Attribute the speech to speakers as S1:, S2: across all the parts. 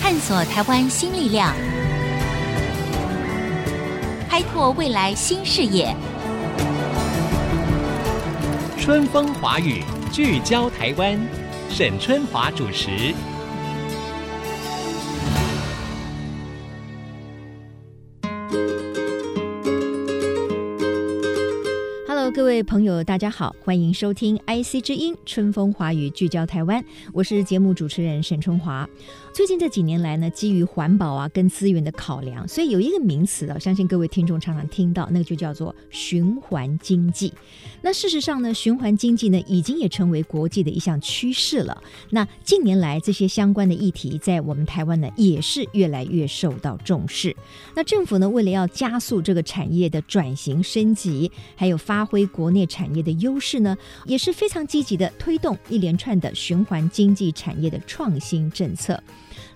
S1: 探索台湾新力量，开拓未来新视野。
S2: 春风华语聚焦台湾，沈春华主持。
S3: Hello，各位朋友，大家好，欢迎收听 IC 之音春风华语聚焦台湾，我是节目主持人沈春华。最近这几年来呢，基于环保啊跟资源的考量，所以有一个名词啊，相信各位听众常常听到，那个就叫做循环经济。那事实上呢，循环经济呢已经也成为国际的一项趋势了。那近年来这些相关的议题，在我们台湾呢也是越来越受到重视。那政府呢，为了要加速这个产业的转型升级，还有发挥国内产业的优势呢，也是非常积极的推动一连串的循环经济产业的创新政策。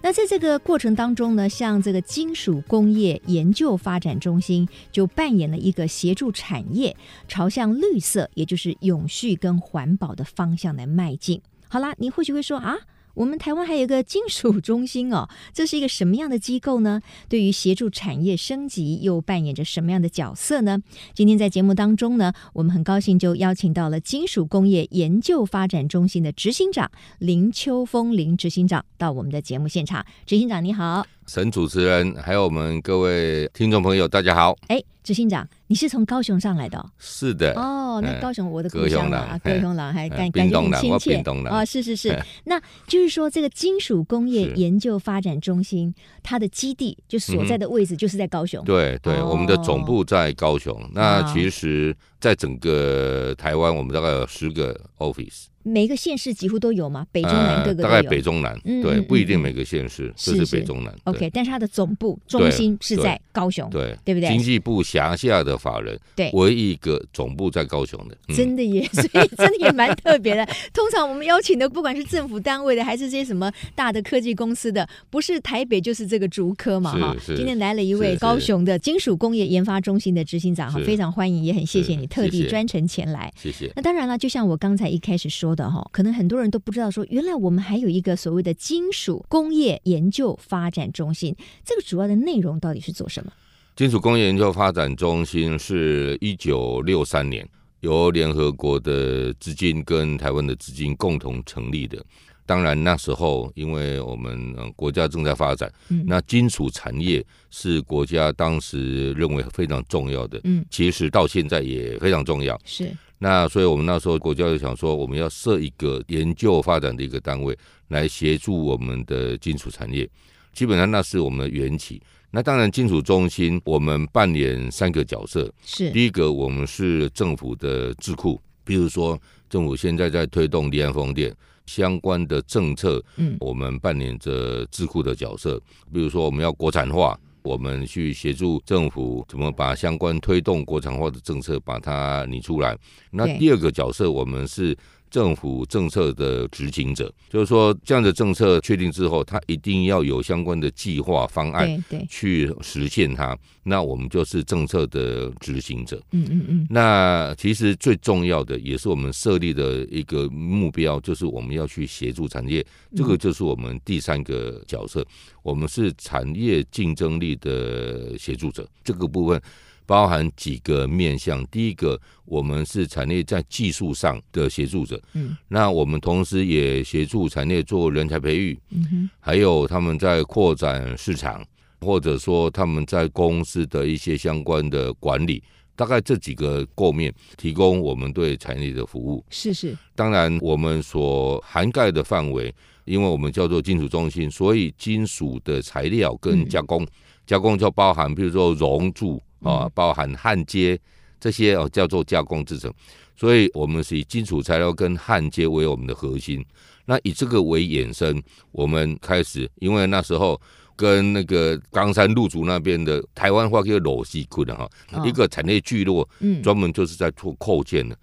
S3: 那在这个过程当中呢，像这个金属工业研究发展中心就扮演了一个协助产业朝向绿色，也就是永续跟环保的方向来迈进。好啦，你或许会说啊，我们台湾还有一个金属中心哦，这是一个什么样的机构呢？对于协助产业升级又扮演着什么样的角色呢？今天在节目当中呢，我们很高兴就邀请到了金属工业研究发展中心的执行长林秋风林执行长到我们的节目现场。执行长你好，
S4: 沈主持人，还有我们各位听众朋友，大家好。
S3: 哎，执行长，你是从高雄上来的哦？
S4: 是的，
S3: 哦，那
S4: 哎
S3: 高雄我的故
S4: 高雄
S3: 乡
S4: 人
S3: 啦，啊
S4: 嘿
S3: 高雄郎还
S4: 哎
S3: 感感
S4: 屏
S3: 觉
S4: 东
S3: 很
S4: 人
S3: 亲
S4: 我
S3: 切
S4: 屏东人
S3: 哦，是是是
S4: 嘿，
S3: 那就是说这个金属工业
S4: 是嗯
S3: 研究发展中心它的基地就所在的位置就是在高雄，
S4: 对对、我们的
S3: 哦啊
S4: 总部在高雄。那
S3: 哇
S4: 其实，在整个台湾，我们大概有十个 office，
S3: 每个县市几乎都有嘛，北
S4: 北
S3: 中南各个
S4: 呃大
S3: 都
S4: 概
S3: 有。
S4: 北中南，
S3: 嗯
S4: 对，
S3: 嗯
S4: 不一定
S3: 嗯
S4: 每个县市，
S3: 是
S4: 这
S3: 是
S4: 是北中南。对
S3: OK，但是它的总部中心是在高雄，
S4: 对
S3: 对不对
S4: 经济部辖下的法人，
S3: 对
S4: 唯一一个总部在高雄的，嗯
S3: 真的耶，所 以真的也蛮特别的。通常我们邀请的，不管是政府单位的，还是这些什么大的科技公司的，不是台北就是这个竹科嘛，
S4: 是
S3: 哈。
S4: 是
S3: 今天来了一位
S4: 是
S3: 高雄的金属工业研发中心的执行长，哈，
S4: 是
S3: 非常欢迎，也很谢谢
S4: 是
S3: 你特
S4: 谢
S3: 地
S4: 谢
S3: 专程前来。
S4: 谢谢。
S3: 那当然了，就像我刚才一开始说的哈，可能很多人都不知道说，原来我们还有一个所谓的金属工业研究发展中心，这个主要的内容到底是做什么？
S4: 金属工业研究发展中心是一九六三年由联合国的资金跟台湾的资金共同成立的。当然，那时候因为我们、呃、国家正在发展，
S3: 嗯
S4: 那金属产业是国家当时认为非常重要的，
S3: 嗯，
S4: 其实到现在也非常重要。
S3: 是
S4: 那所以我们那时候国家就想说，我们要设一个研究发展的一个单位来协助我们的金属产业。基本上那是我们的缘起。那当然，金属中心我们扮演三个角色。
S3: 是，
S4: 第一个，我们是政府的智库，比如说政府现在在推动离岸风电相关的政策，
S3: 嗯
S4: 我们扮演着智库的角色。比如说，我们要国产化，我们去协助政府怎么把相关推动国产化的政策把它拟出来。那
S3: 对
S4: 第二个角色，我们是。政府政策的执行者，就是说，这样的政策确定之后，它一定要有相关的计划方案
S3: 对对，
S4: 去实现它。那我们就是政策的执行者。
S3: 嗯嗯嗯。
S4: 那其实最重要的，也是我们设立的一个目标，就是我们要去协助产业，这个就是我们第三个角色，我们是产业竞争力的协助者。这个部分包含几个面向，第一个，我们是产业在技术上的协助者，
S3: 嗯，
S4: 那我们同时也协助产业做人才培育，
S3: 嗯哼，
S4: 还有他们在扩展市场，或者说他们在公司的一些相关的管理，大概这几个构面提供我们对产业的服务。
S3: 是是，
S4: 当然，我们所涵盖的范围，因为我们叫做金属中心，所以金属的材料跟加工，加工就包含比如说熔铸啊，包含焊接这些哦，叫做加工制成。所以我们是以金属材料跟焊接为我们的核心。那以这个为衍生，我们开始，因为那时候跟那个冈山陆竹那边的台湾话叫鲁西库的哈
S3: 哦，
S4: 一个产业聚落，
S3: 嗯
S4: 专门就是在做扣件的。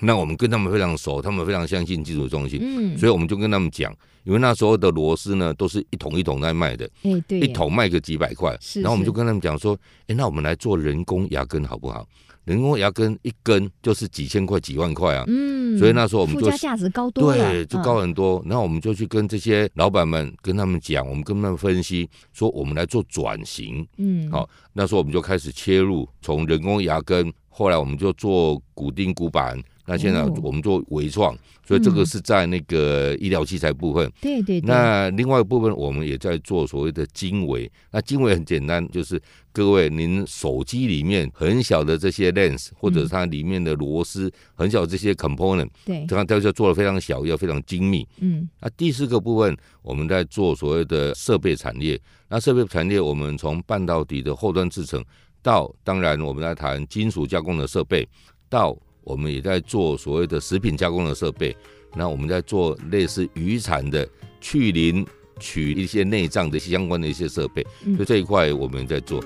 S4: 那我们跟他们非常熟，他们非常相信技术中心，
S3: 嗯，
S4: 所以我们就跟他们讲，因为那时候的螺丝呢都是一桶一桶在卖的，
S3: 哎，对耶，
S4: 一桶卖个几百块，
S3: 是
S4: 然后我们
S3: 是
S4: 就跟他们讲说，哎，那我们来做人工牙根好不好？人工牙根一根就是几千块、几万块啊。
S3: 嗯，
S4: 所以那时候我们
S3: 附
S4: 做
S3: 加价值高多嗯了，
S4: 对，就高很多。那、我们就去跟这些老板们跟他们讲，我们跟他们分析，说我们来做转型。
S3: 嗯，嗯，
S4: 好、那时候我们就开始切入，从人工牙根，后来我们就做骨钉、骨板。那现在
S3: 哦
S4: 我们做微创，所以这个
S3: 嗯
S4: 是在那个医疗器材部分。
S3: 对对对，
S4: 那另外一部分，我们也在做所谓的经纬。那经纬很简单，就是各位您手机里面很小的这些
S3: 嗯
S4: lens，或者是它里面的螺丝很小的这些 component，
S3: 对，
S4: 它它就做的非常小，要非常精密。
S3: 嗯
S4: 那第四个部分，我们在做所谓的设备产业。那设备产业，我们从半导体的后端制程到，当然我们在谈金属加工的设备，到我们也在做所谓的食品加工的设备。那我们在做类似渔产的去鳞、取一些内脏的相关的一些设备，
S3: 嗯
S4: 所以这一块我们在做。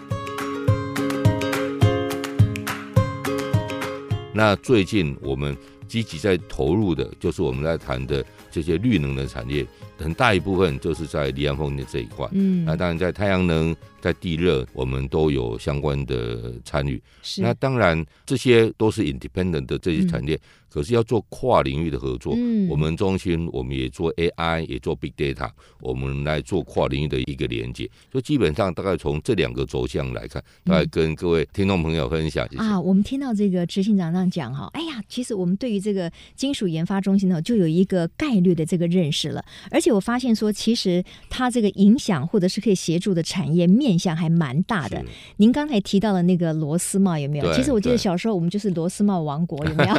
S4: 那最近我们积极在投入的，就是我们在谈的这些绿能的产业，很大一部分就是在离岸风电这一块。
S3: 嗯，
S4: 啊那当然，在太阳能、在地热，我们都有相关的参与。
S3: 是
S4: 那当然，这些都是 independent 的这些产业，可是要做跨领域的合作。
S3: 嗯
S4: 我们中心我们也做 AI，也做 Big Data，我们来做跨领域的一个连接。就基本上大概从这两个轴向来看，大概跟各位听众朋友分享一下。
S3: 啊，我们听到这个执行长这样讲哈，哎呀，其实我们对于这个金属研发中心呢，就有一个概率的这个认识了。而且我发现说，其实它这个影响或者是可以协助的产业面向还蛮大的
S4: 是。
S3: 您刚才提到了那个螺丝帽有没有？
S4: 对
S3: 其实我记得
S4: 对
S3: 小时候我们就是螺丝帽王国有 没有？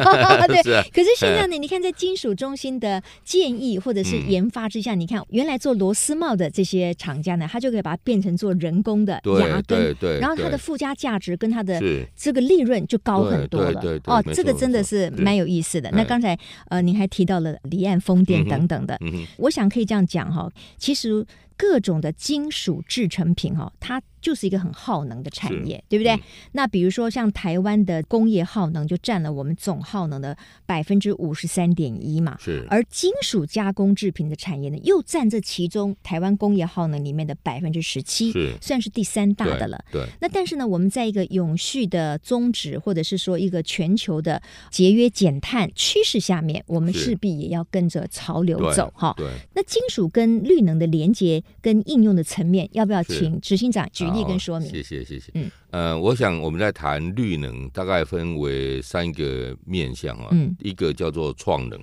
S4: 是
S3: 对
S4: 啊。
S3: 可是现在呢，你看在金属中心的建议或者是研发之下，你看原来做螺丝帽的这些厂家呢，它就可以把它变成做人工的牙
S4: 对
S3: 根，
S4: 对对，
S3: 然后它
S4: 对
S3: 的附加价值跟它的
S4: 是
S3: 这个利润就高很多了。
S4: 对对对对
S3: 哦
S4: 没，错
S3: 这个真的是
S4: 没错
S3: 蛮有意思的。
S4: 对嗯
S3: 那刚才呃，您还提到了离岸风电
S4: 嗯哼
S3: 等等的，
S4: 嗯哼
S3: 我想可以这样讲哈，其实各种的金属制成品哈，它就是一个很耗能的产业，对不对？
S4: 嗯
S3: 那比如说像台湾的工业耗能就占了我们总耗能的百分之五十三点一嘛。
S4: 是
S3: 而金属加工制品的产业呢，又占这其中台湾工业耗能里面的百分之十七，
S4: 是
S3: 算是第三大的了。
S4: 对，
S3: 那但是呢，我们在一个永续的宗旨，或者是说一个全球的节约减碳趋势下面，我们
S4: 是
S3: 势必也要跟着潮流
S4: 对
S3: 走哈。
S4: 对。
S3: 那金属跟绿能的连接跟应用的层面，要不要
S4: 是
S3: 请执行长举例跟说
S4: 好谢
S3: 明？
S4: 谢，谢谢。
S3: 嗯
S4: 嗯，呃，我想我们在谈绿能，大概分为三个面向啊。
S3: 嗯
S4: 一个叫做创能，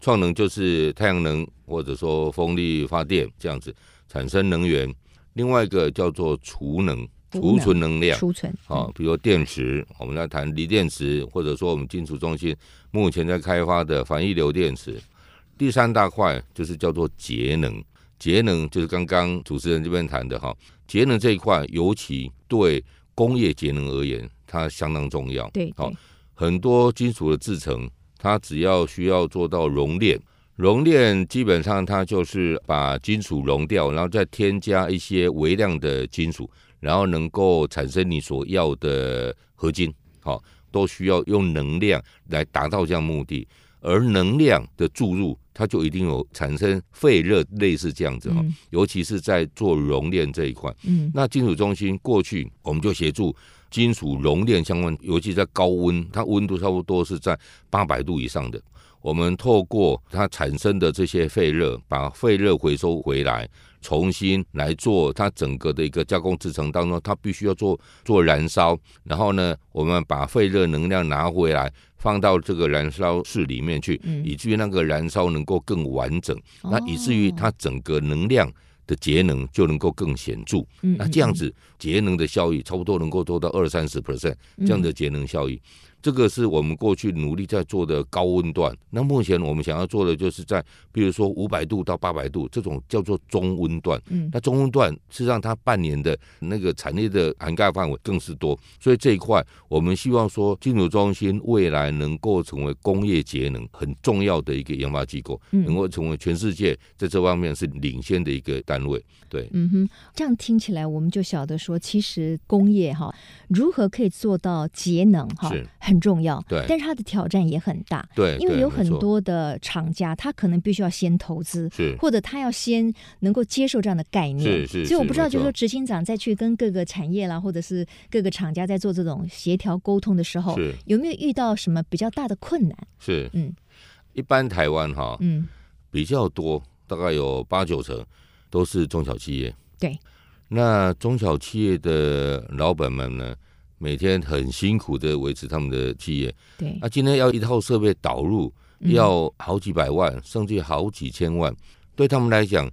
S4: 创能就是太阳能或者说风力发电这样子产生能源；另外一个叫做储能，
S3: 储能
S4: 储存能量。
S3: 储嗯存
S4: 啊，比如说电池，我们在谈锂电池，或者说我们金属中心目前在开发的反义流电池。第三大块就是叫做节能，节能就是刚刚主持人这边谈的哈，节能这一块，尤其对工业节能而言，它相当重要。
S3: 对，
S4: 好
S3: 对，
S4: 很多金属的制成，它只要需要做到熔炼，熔炼基本上它就是把金属熔掉，然后再添加一些微量的金属，然后能够产生你所要的合金。好、都需要用能量来达到这样目的，而能量的注入，它就一定有产生废热，类似这样子哈、哦
S3: 嗯
S4: 尤其是在做熔炼这一块。
S3: 嗯
S4: 那金属中心过去我们就协助金属熔炼相关，尤其在高温，它温度差不多是在八百度以上的。我们透过它产生的这些废热，把废热回收回来，重新来做它整个的一个加工制程当中，它必须要做做燃烧，然后呢，我们把废热能量拿回来，放到这个燃烧室里面去，
S3: 嗯
S4: 以至于那个燃烧能够更完整，那以至于
S3: 哦
S4: 它整个能量的节能就能够更显著。
S3: 嗯
S4: 那这样子节能的效益差不多能够做到二三十 percent
S3: 嗯
S4: 这样的节能效益，这个是我们过去努力在做的高温段。那目前我们想要做的就是在，比如说五百度到八百度这种叫做中温段。
S3: 嗯
S4: 那中温段是让它半年的那个产业的涵盖范围更是多，所以这一块我们希望说金属中心未来能够成为工业节能很重要的一个研发机构，
S3: 嗯
S4: 能够成为全世界在这方面是领先的一个单位。对，
S3: 嗯哼，这样听起来我们就晓得说，其实工业哈如何可以做到节能哈
S4: 是，
S3: 很很重要，
S4: 对
S3: 但是它的挑战也很大，
S4: 对，
S3: 因为
S4: 对
S3: 有
S4: 没
S3: 很
S4: 错
S3: 多的厂家，他可能必须要先投资，
S4: 是
S3: 或者他要先能够接受这样的概念。
S4: 是是
S3: 所以我
S4: 是
S3: 不知道，
S4: 没
S3: 就是说
S4: 错
S3: 执行长再去跟各个产业啦，或者是各个厂家在做这种协调沟通的时候
S4: 是，
S3: 有没有遇到什么比较大的困难？
S4: 是，
S3: 嗯
S4: 一般台湾哈
S3: 嗯，
S4: 比较多，大概有八九成都是中小企业。
S3: 对，
S4: 那中小企业的老板们呢，每天很辛苦的维持他们的企业。
S3: 对
S4: 那、，今天要一套设备导入，
S3: 嗯
S4: 啊要好几百万，甚至好几千万，对他们来讲，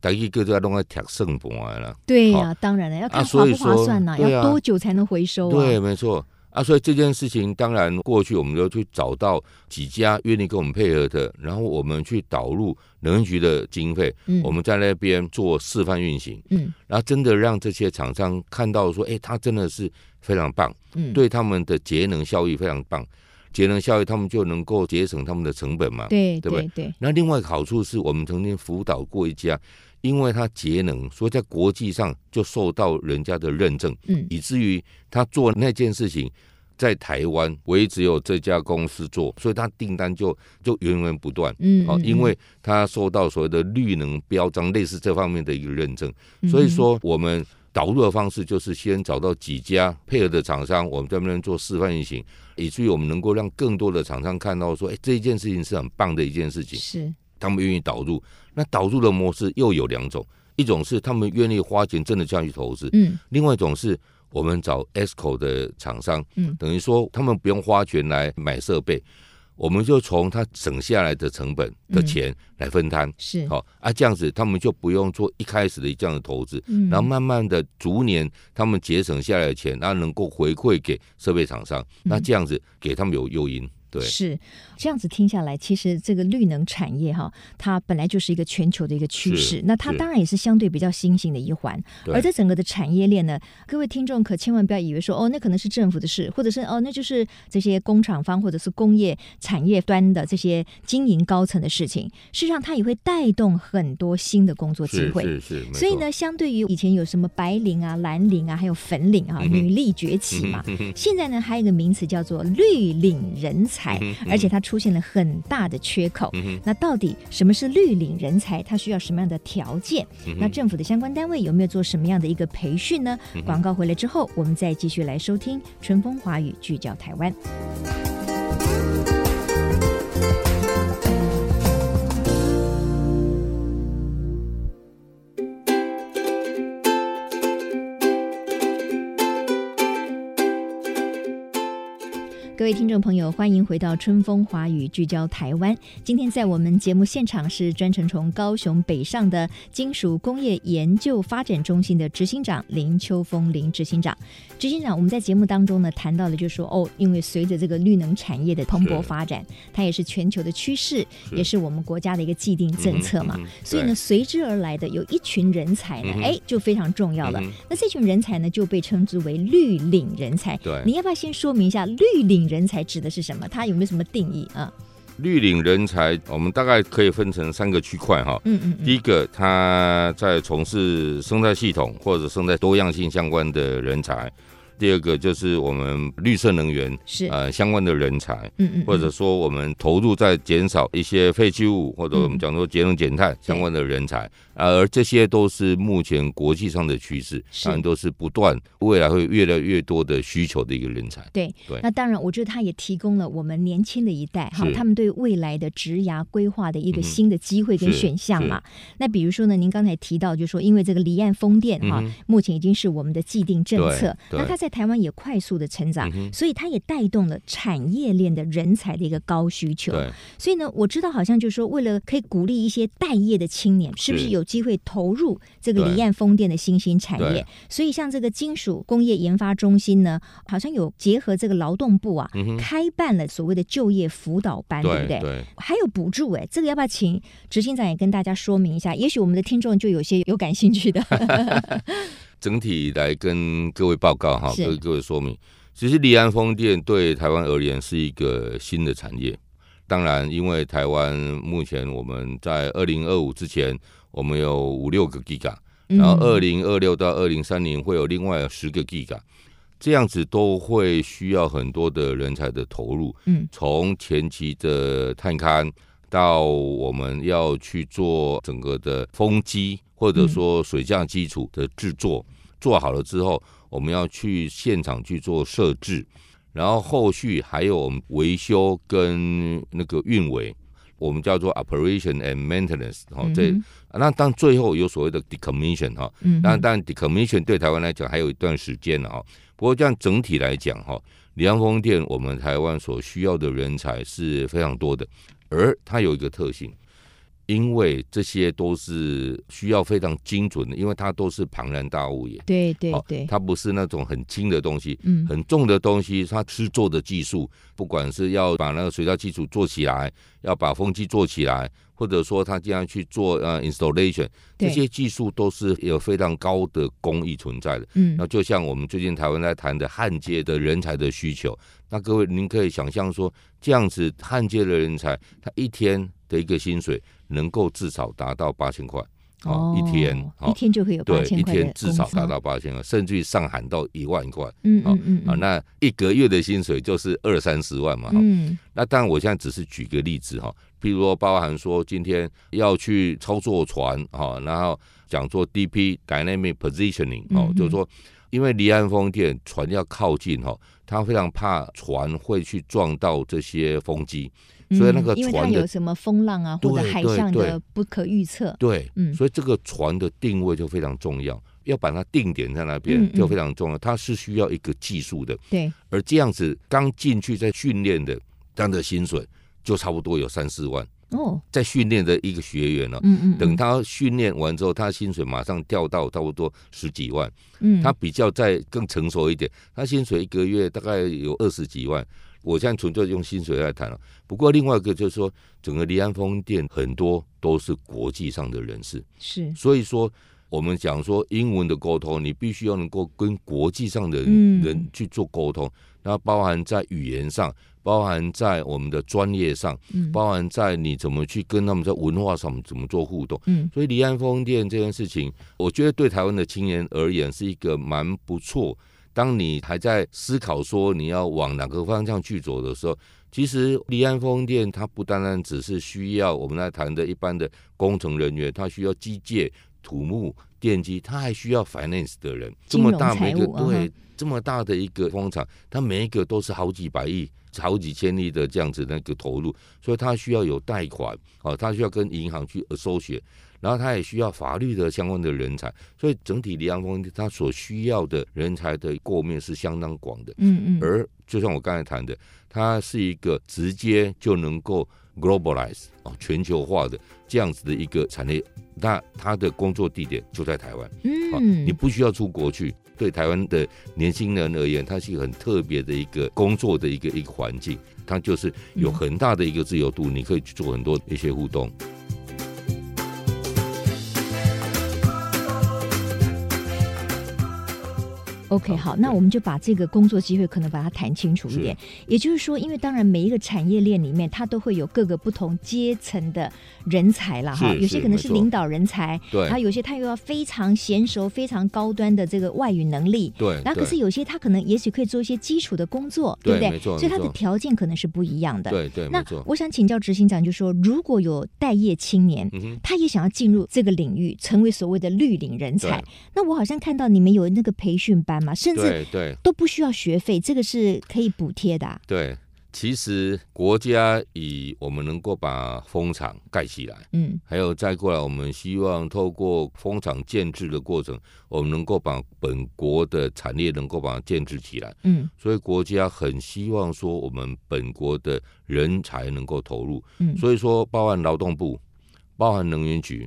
S4: 大家各家都要踢算盘的啦。
S3: 对呀、
S4: 好
S3: 当然了，要看
S4: 啊
S3: 划
S4: 所以
S3: 不划
S4: 说
S3: 算呐、
S4: 对
S3: 要
S4: 啊
S3: 多久才能回收啊？
S4: 对，没错。啊，所以这件事情，当然过去我们就去找到几家愿意跟我们配合的，然后我们去导入能源局的经费，
S3: 嗯，
S4: 我们在那边做示范运行，
S3: 嗯
S4: 然后真的让这些厂商看到说，哎，它真的是非常棒，
S3: 嗯，
S4: 对他们的节能效益非常棒，节能效益他们就能够节省他们的成本嘛。
S3: 对
S4: 对不
S3: 对
S4: 对
S3: 对，
S4: 那另外一个好处是我们曾经辅导过一家，因为它节能，所以在国际上就受到人家的认证。
S3: 嗯
S4: 以至于他做那件事情在台湾唯只有这家公司做，所以他订单就就源源不断。
S3: 嗯，
S4: 哦
S3: 嗯，
S4: 因为他受到所谓的绿能标章类似这方面的一个认证，
S3: 嗯
S4: 所以
S3: 嗯
S4: 说我们导入的方式就是先找到几家配合的厂商，我们在那边做示范运行，以至于我们能够让更多的厂商看到说，哎，这一件事情是很棒的一件事情。
S3: 是
S4: 他们愿意导入。那导入的模式又有两种，一种是他们愿意花钱真的下去投资，
S3: 嗯
S4: 另外一种是我们找 ESCO 的厂商，
S3: 嗯
S4: 等于说他们不用花钱来买设备，我们就从他省下来的成本的钱来分摊。
S3: 嗯是
S4: 好、啊，这样子他们就不用做一开始的这样的投资，
S3: 嗯
S4: 然后慢慢的逐年他们节省下来的钱，那啊能够回馈给设备厂商，那这样子给他们有诱因，
S3: 嗯
S4: 对，
S3: 是这样子听下来，其实这个绿能产业哈，它本来就是一个全球的一个趋势
S4: 是，
S3: 那它
S4: 是
S3: 当然也是相对比较新兴的一环。
S4: 对
S3: 而这整个的产业链呢，各位听众可千万不要以为说哦，那可能是政府的事，或者是哦，那就是这些工厂方或者是工业产业端的这些经营高层的事情。事实上，它也会带动很多新的工作机
S4: 是
S3: 会。
S4: 是是，没
S3: 所以
S4: 错，
S3: 呢，相对于以前有什么白领啊、蓝领啊，还有粉领啊，
S4: 嗯哼嗯
S3: 女力崛起 嘛，现在呢还有一个名词叫做绿领人才，而且它出现了很大的缺口。
S4: 哼
S3: 那到底什么是绿领人才？它需要什么样的条件？那政府的相关单位有没有做什么样的一个培训呢？广告回来之后，我们再继续来收听《春风华语》，聚焦台湾。各位听众朋友，欢迎回到《春风华语》，聚焦台湾。今天在我们节目现场是专程从高雄北上的金属工业研究发展中心的执行长林秋风林执行长。执行长，我们在节目当中呢谈到了，就是说哦，因为随着这个绿能产业的蓬勃
S4: 是
S3: 发展，它也是全球的趋势，
S4: 是
S3: 也是我们国家的一个既定政策嘛。
S4: 嗯哼，嗯哼
S3: 所以
S4: 对
S3: 呢，随之而来的有一群人才呢
S4: 嗯，哼
S3: 哎、就非常重要了。
S4: 嗯哼
S3: 那这群人才呢，就被称之为绿领人才。
S4: 对
S3: 你要不要先说明一下绿领人才指的是什么？它有没有什么定义啊？
S4: 绿领人才，我们大概可以分成三个区块哈。
S3: 嗯嗯嗯，
S4: 第一个，他在从事生态系统或者生态多样性相关的人才；第二个就是我们绿色能源
S3: 是，
S4: 呃相关的人才，
S3: 嗯嗯，
S4: 或者
S3: 嗯
S4: 说我们投入在减少一些废弃物或者我
S3: 嗯
S4: 们讲说节能减碳相关的人才，呃而这些都是目前国际上的趋势，
S3: 是
S4: 当然都是不断未来会越来越多的需求的一个人才。
S3: 对
S4: 对
S3: 那当然，我觉得它也提供了我们年轻的一代哈，
S4: 哎是
S3: 他们对未来的职涯规划的一个
S4: 嗯哼
S3: 新的机会跟
S4: 是
S3: 选项嘛。那比如说呢，您刚才提到，就是说因为这个离岸风电哈，
S4: 嗯哼
S3: 目前已经是我们的既定政策，
S4: 对对
S3: 那它在台湾也快速的成长
S4: 嗯，哼
S3: 所以它也带动了产业链的人才的一个高需求。
S4: 对，
S3: 所以呢，我知道好像就是说，为了可以鼓励一些待业的青年，是不是有机会投入这个离岸风电的新兴产业
S4: 对？
S3: 所以像这个金属工业研发中心呢，好像有结合这个劳动部啊，
S4: 嗯哼
S3: 开办了所谓的就业辅导班，对不对？
S4: 对对。
S3: 还有补助哎，这个要不要请执行长也跟大家说明一下？也许我们的听众就有些有感兴 趣的。
S4: 整体来跟各位报告哈，
S3: 是
S4: 跟各位说明，其实离岸风电对台湾而言是一个新的产业。当然，因为台湾目前我们在二零二五之前，我们有五六个 Giga，然后二
S3: 嗯
S4: 零二六到二零三零会有另外十个 Giga。这样子都会需要很多的人才的投入，
S3: 嗯，
S4: 从前期的探勘到我们要去做整个的风机或者说
S3: 嗯
S4: 水降基础的制作，做好了之后，我们要去现场去做设置，然后后续还有我们维修跟那个运维。我们叫做 operation and maintenance，哦，这、
S3: 嗯
S4: 那当最后有所谓的 decommission 哈、
S3: 嗯
S4: 那当然 decommission 对台湾来讲还有一段时间了哈、不过这样整体来讲哈、联阳风电我们台湾所需要的人才是非常多的，而它有一个特性，因为这些都是需要非常精准的，因为它都是庞然大物也。
S3: 对对
S4: 哦
S3: 对，
S4: 它不是那种很轻的东西，
S3: 嗯
S4: 很重的东西，它制作的技术，不管是要把那个水道基础做起来，要把风机做起来，或者说它这样去做呃 installation，
S3: 对
S4: 这些技术都是有非常高的工艺存在的。
S3: 嗯
S4: 那就像我们最近台湾在谈的焊接的人才的需求，那各位您可以想象说，这样子焊接的人才，他一天的一个薪水能够至少达到八千块，哦，一天，
S3: 一天就会有八
S4: 对，
S3: 千
S4: 一
S3: 块的
S4: 天至少
S3: 工资
S4: 达到八千块，甚至于上喊到一万块
S3: 嗯
S4: 哦
S3: 嗯嗯
S4: 啊。
S3: 嗯
S4: 那一个月的薪水就是二三十万嘛。哈
S3: 嗯
S4: 那当然，我现在只是举个例子哈，譬如说包含说今天要去操作船哈，然后讲做 DP dynamic positioning 哦
S3: 嗯，嗯
S4: 就是说，因为离岸风电船要靠近哈，它非常怕船会去撞到这些风机，所以那个
S3: 嗯因为它
S4: 船的
S3: 有什么风浪啊，或者
S4: 对
S3: 海
S4: 对
S3: 上
S4: 对
S3: 的不可预测，
S4: 对，
S3: 嗯
S4: 所以这个船的定位就非常重要，要把它定点在那
S3: 嗯
S4: 边
S3: 嗯
S4: 就非常重要，它是需要一个技术的，
S3: 对，
S4: 而这样子刚进去在训练的，这样的薪水就差不多有三四万，
S3: 哦，
S4: 在训练的一个学员呢、
S3: 嗯嗯，
S4: 等他训练完之后，他薪水马上掉到差不多十几万。
S3: 嗯
S4: 他比较再更成熟一点，他薪水一个月大概有二十几万。我现在纯粹用薪水来谈了。啊不过另外一个就是说，整个离岸风电很多都是国际上的人士，
S3: 是
S4: 所以说，我们讲说英文的沟通，你必须要能够跟国际上的
S3: 嗯
S4: 人人去做沟通，那包含在语言上，包含在我们的专业上，
S3: 嗯
S4: 包含在你怎么去跟他们在文化上怎么做互动。
S3: 嗯
S4: 所以离岸风电这件事情，我觉得对台湾的青年而言是一个蛮不错。当你还在思考说你要往哪个方向去走的时候，其实离岸风电它不单单只是需要我们来谈的一般的工程人员，它需要机械、土木、电机，它还需要 finance 的人。这
S3: 金融
S4: 么大每一个
S3: 财务啊哈
S4: 对这么大的一个工厂，它每一个都是好几百亿、好几千亿的这样子那个投入，所以它需要有贷款，哦，它需要跟银行去收学，然后它也需要法律的相关的人才，所以整体离岸风电它所需要的人才的过面是相当广的。
S3: 嗯嗯，
S4: 而就像我刚才谈的，它是一个直接就能够 globalize 哦全球化的这样子的一个产业，那它的工作地点就在台湾。啊，
S3: 嗯
S4: 你不需要出国去。对台湾的年轻人而言，它是一个很特别的一个工作的一个一个环境，它就是有很大的一个自由度，你可以去做很多一些互动。
S3: OK，
S4: 好
S3: 好，那
S4: 啊对
S3: 我们就把这个工作机会可能把它谈清楚一点。也就是说，因为当然每一个产业链里面，它都会有各个不同阶层的人才啦，哈，有
S4: 是
S3: 些
S4: 是
S3: 可能
S4: 没
S3: 是
S4: 错哎
S3: 领导人才，
S4: 对
S3: 然后有些他又要非常娴熟、非常高端的这个外语能力。
S4: 对，
S3: 然后，可是
S4: 哎对
S3: 有些他可能也许可以做一些基础的工作，对不
S4: 对
S3: 对？
S4: 没错
S3: 所以他
S4: 没
S3: 的
S4: 错
S3: 条件可能是不一样的。
S4: 对对，没
S3: 那
S4: 错。
S3: 我想请教执行长，就说如果有待业青年，
S4: 嗯哼，
S3: 他也想要进入这个领域，成为所谓的绿领人才
S4: 对。
S3: 那我好像看到你们有那个培训班嘛，甚至
S4: 对对
S3: 都不需要学费，这个是可以补贴的啊、
S4: 对，其实国家以我们能够把风场盖起来。
S3: 嗯
S4: 还有再过来，我们希望透过风场建制的过程，我们能够把本国的产业能够把它建制起来。
S3: 嗯
S4: 所以国家很希望说我们本国的人才能够投入，
S3: 嗯
S4: 所以说包含劳动部、包含能源局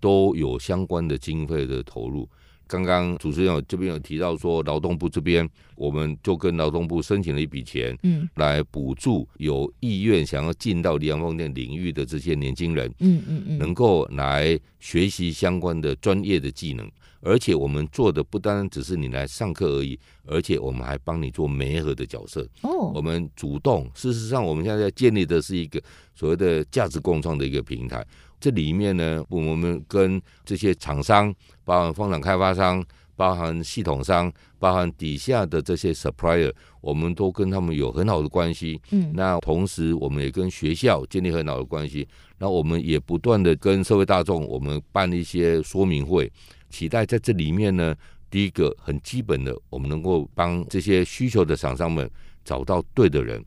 S4: 都有相关的经费的投入。刚刚主持人有这边有提到说，劳动部这边我们就跟劳动部申请了一笔钱
S3: 嗯
S4: 来补助有意愿想要进到离岸风电领域的这些年轻人，
S3: 嗯嗯嗯，
S4: 能够来学习相关的专业的技能，而且我们做的不单单只是你来上课而已，而且我们还帮你做媒合的角色。我
S3: 哦，
S4: 们主动，事实上我们现在建立的是一个所谓的价值共创的一个平台。这里面呢，我们跟这些厂商，包含风场开发商，包含系统商，包含底下的这些 supplier，我们都跟他们有很好的关系。
S3: 嗯
S4: 那同时，我们也跟学校建立很好的关系。那我们也不断的跟社会大众，我们办一些说明会，期待在这里面呢，第一个很基本的，我们能够帮这些需求的厂商们找到对的人，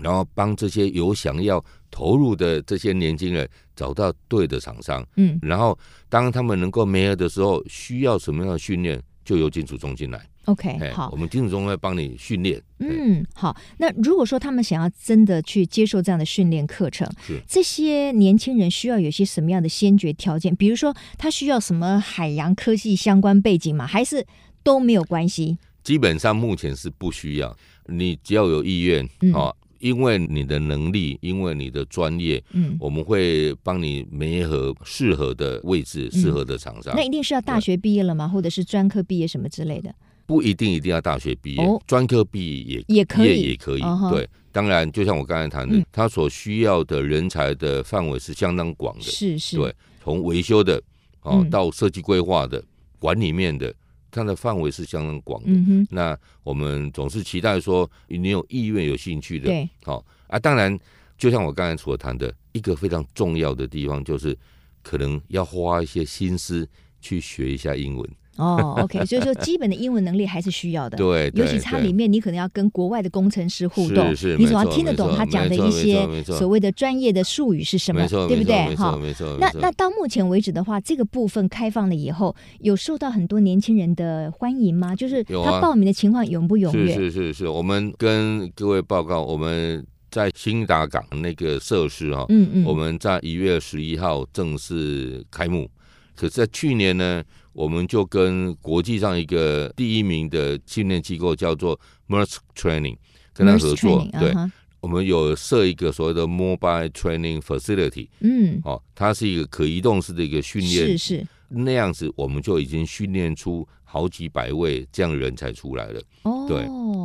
S4: 然后帮这些有想要投入的这些年轻人找到对的厂商。
S3: 嗯
S4: 然后，当他们能够媒合的时候，需要什么样的训练，就由金属中心来。
S3: ，OK，
S4: 哎，
S3: 嗯好
S4: 我，们金属中心会帮你训练。哎，
S3: 嗯，好。那如果说他们想要真的去接受这样的训练课程
S4: 是，
S3: 这些年轻人需要有些什么样的先决条件？比如说，他需要什么海洋科技相关背景吗？还是都没有关系？
S4: 基本上目前是不需要，你只要有意愿
S3: 嗯
S4: 哦，因为你的能力，因为你的专业，
S3: 嗯，
S4: 我们会帮你媒合适合的位置、
S3: 嗯
S4: 适合的厂商。
S3: 那一定是要大学毕业了吗？或者是专科毕业什么之类的？
S4: 不一定一定要大学毕业
S3: 哦，
S4: 专、科毕业
S3: 也可以
S4: 业也可以。
S3: 嗯哼
S4: 对，当然就像我刚才谈的，
S3: 嗯
S4: 他所需要的人才的范围是相当广的。
S3: 是是，
S4: 对，从维修的哦、
S3: 嗯
S4: 到设计规划的、管理面的，它的范围是相当广的。
S3: 嗯哼，
S4: 那我们总是期待说你有意愿、有兴趣的，
S3: 对，
S4: 好、啊。当然，就像我刚才所谈的，一个非常重要的地方就是，可能要花一些心思去学一下英文。
S3: 哦，OK，所以说基本的英文能力还是需要的。
S4: 对，
S3: 尤
S4: 对
S3: 其它
S4: 对
S3: 里面，你可能要跟国外的工程师互动，
S4: 是是
S3: 你总要
S4: 没错
S3: 听得懂
S4: 没错
S3: 他讲的
S4: 没错
S3: 一些
S4: 没错没错
S3: 所谓的专业的术语是什么，
S4: 没错，
S3: 对不对？
S4: 没错，没错，没错
S3: 那
S4: 没错
S3: 那到目前为止的话，这个部分开放了以后，有受到很多年轻人的欢迎吗？就是
S4: 有
S3: 他
S4: 啊
S3: 报名的情况踊不踊跃？
S4: 是是是是，我们跟各位报告，我们在新达港那个设施哈、哦，
S3: 嗯嗯，
S4: 我们在一月十一号正式开幕。可是，在去年呢，我们就跟国际上一个第一名的训练机构叫做 Merck Training 跟他
S3: Nurse
S4: 合作
S3: training，
S4: 对
S3: 啊，哈
S4: 我们有设一个所谓的 Mobile Training Facility，
S3: 嗯，
S4: 哦，它是一个可移动式的一个训
S3: 是
S4: 练，
S3: 是
S4: 那样子我们就已经训练出好几百位这样人才出来了。
S3: 哦，
S4: 对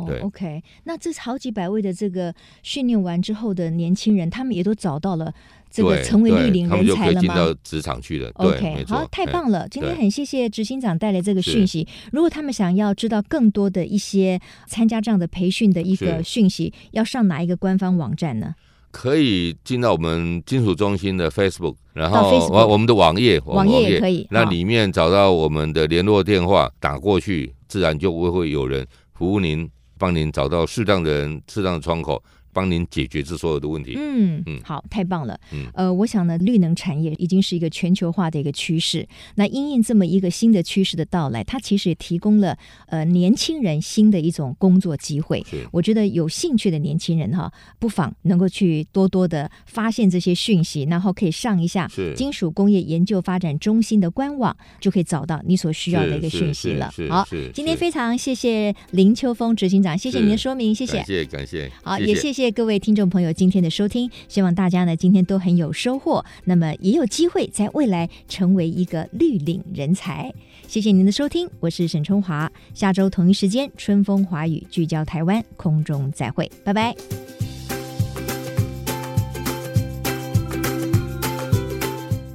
S4: 对
S3: o k 那这好几百位的这个训练完之后的年轻人，他们也都找到了这个
S4: 对
S3: 成为
S4: 对
S3: 绿领
S4: 他们
S3: 人
S4: 就可
S3: 才
S4: 以
S3: 了
S4: 进
S3: 吗？
S4: 到职场去了。对，没
S3: OK，
S4: 错
S3: 好，，太
S4: 哎
S3: 棒了！今天
S4: 对
S3: 很谢谢执行长带来这个
S4: 是
S3: 讯息。如果他们想要知道更多的一些参加这样的培训的一个
S4: 是
S3: 讯息，要上哪一个官方网站呢？
S4: 可以进到我们金属中心的 Facebook，然
S3: 到
S4: 后
S3: Facebook
S4: 我我们的网页，我
S3: 网
S4: 们
S3: 页也可以
S4: 那
S3: 好
S4: 里面找到我们的联络电话，打过去，自然就会会有人服务您，帮您找到适当的人、适当的窗口，帮您解决这所有的问题。
S3: 嗯
S4: 嗯
S3: 好，太棒了。
S4: 嗯
S3: 呃，我想呢，绿能产业已经是一个全球化的一个趋势。那因应这么一个新的趋势的到来，它其实也提供了呃年轻人新的一种工作机会
S4: 是。
S3: 我觉得有兴趣的年轻人哈，不妨能够去多多的发现这些讯息，然后可以上一下
S4: 是
S3: 金属工业研究发展中心的官网，就可以找到你所需要的一个
S4: 是
S3: 讯息了
S4: 是。是
S3: 好
S4: 是，
S3: 今天
S4: 是
S3: 非常谢谢林秋风执行长，谢谢
S4: 是
S3: 您的说明，谢谢
S4: 感。谢感谢，
S3: 好，也谢谢各位听众朋友今天的收听，希望大家呢今天都很有收获，那么也有机会在未来成为一个绿领人才。谢谢您的收听，我是沈春华，下周同一时间春风华语聚焦台湾，空中再会，拜拜。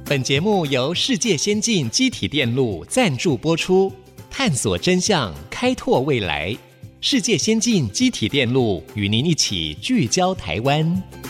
S2: 本节目由世界先进机体电路赞助播出，探索真相，开拓未来。世界先进机体电路与您一起聚焦台湾。